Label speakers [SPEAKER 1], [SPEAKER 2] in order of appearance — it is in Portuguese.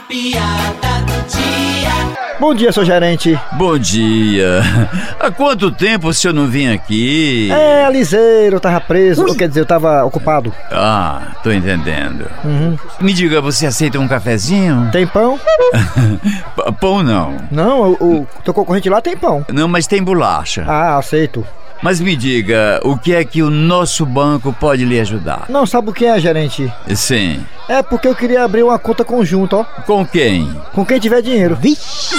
[SPEAKER 1] piada do dia.
[SPEAKER 2] Bom dia, seu gerente.
[SPEAKER 3] Bom dia. Há quanto tempo o senhor não vinha aqui?
[SPEAKER 2] É, Liseiro, eu tava preso. Quer dizer, eu tava ocupado. Uhum.
[SPEAKER 3] Ah, tô entendendo. Me diga, você aceita um cafezinho?
[SPEAKER 2] Tem pão?
[SPEAKER 3] P- Pão não.
[SPEAKER 2] Não, o, o teu concorrente lá tem pão.
[SPEAKER 3] Não, mas tem bolacha.
[SPEAKER 2] Ah, aceito.
[SPEAKER 3] Mas me diga, o que é que o nosso banco pode lhe ajudar?
[SPEAKER 2] Não, sabe o que é, gerente?
[SPEAKER 3] Sim.
[SPEAKER 2] É porque eu queria abrir uma conta conjunta, ó.
[SPEAKER 3] Com quem?
[SPEAKER 2] Com quem tiver dinheiro. Vixe!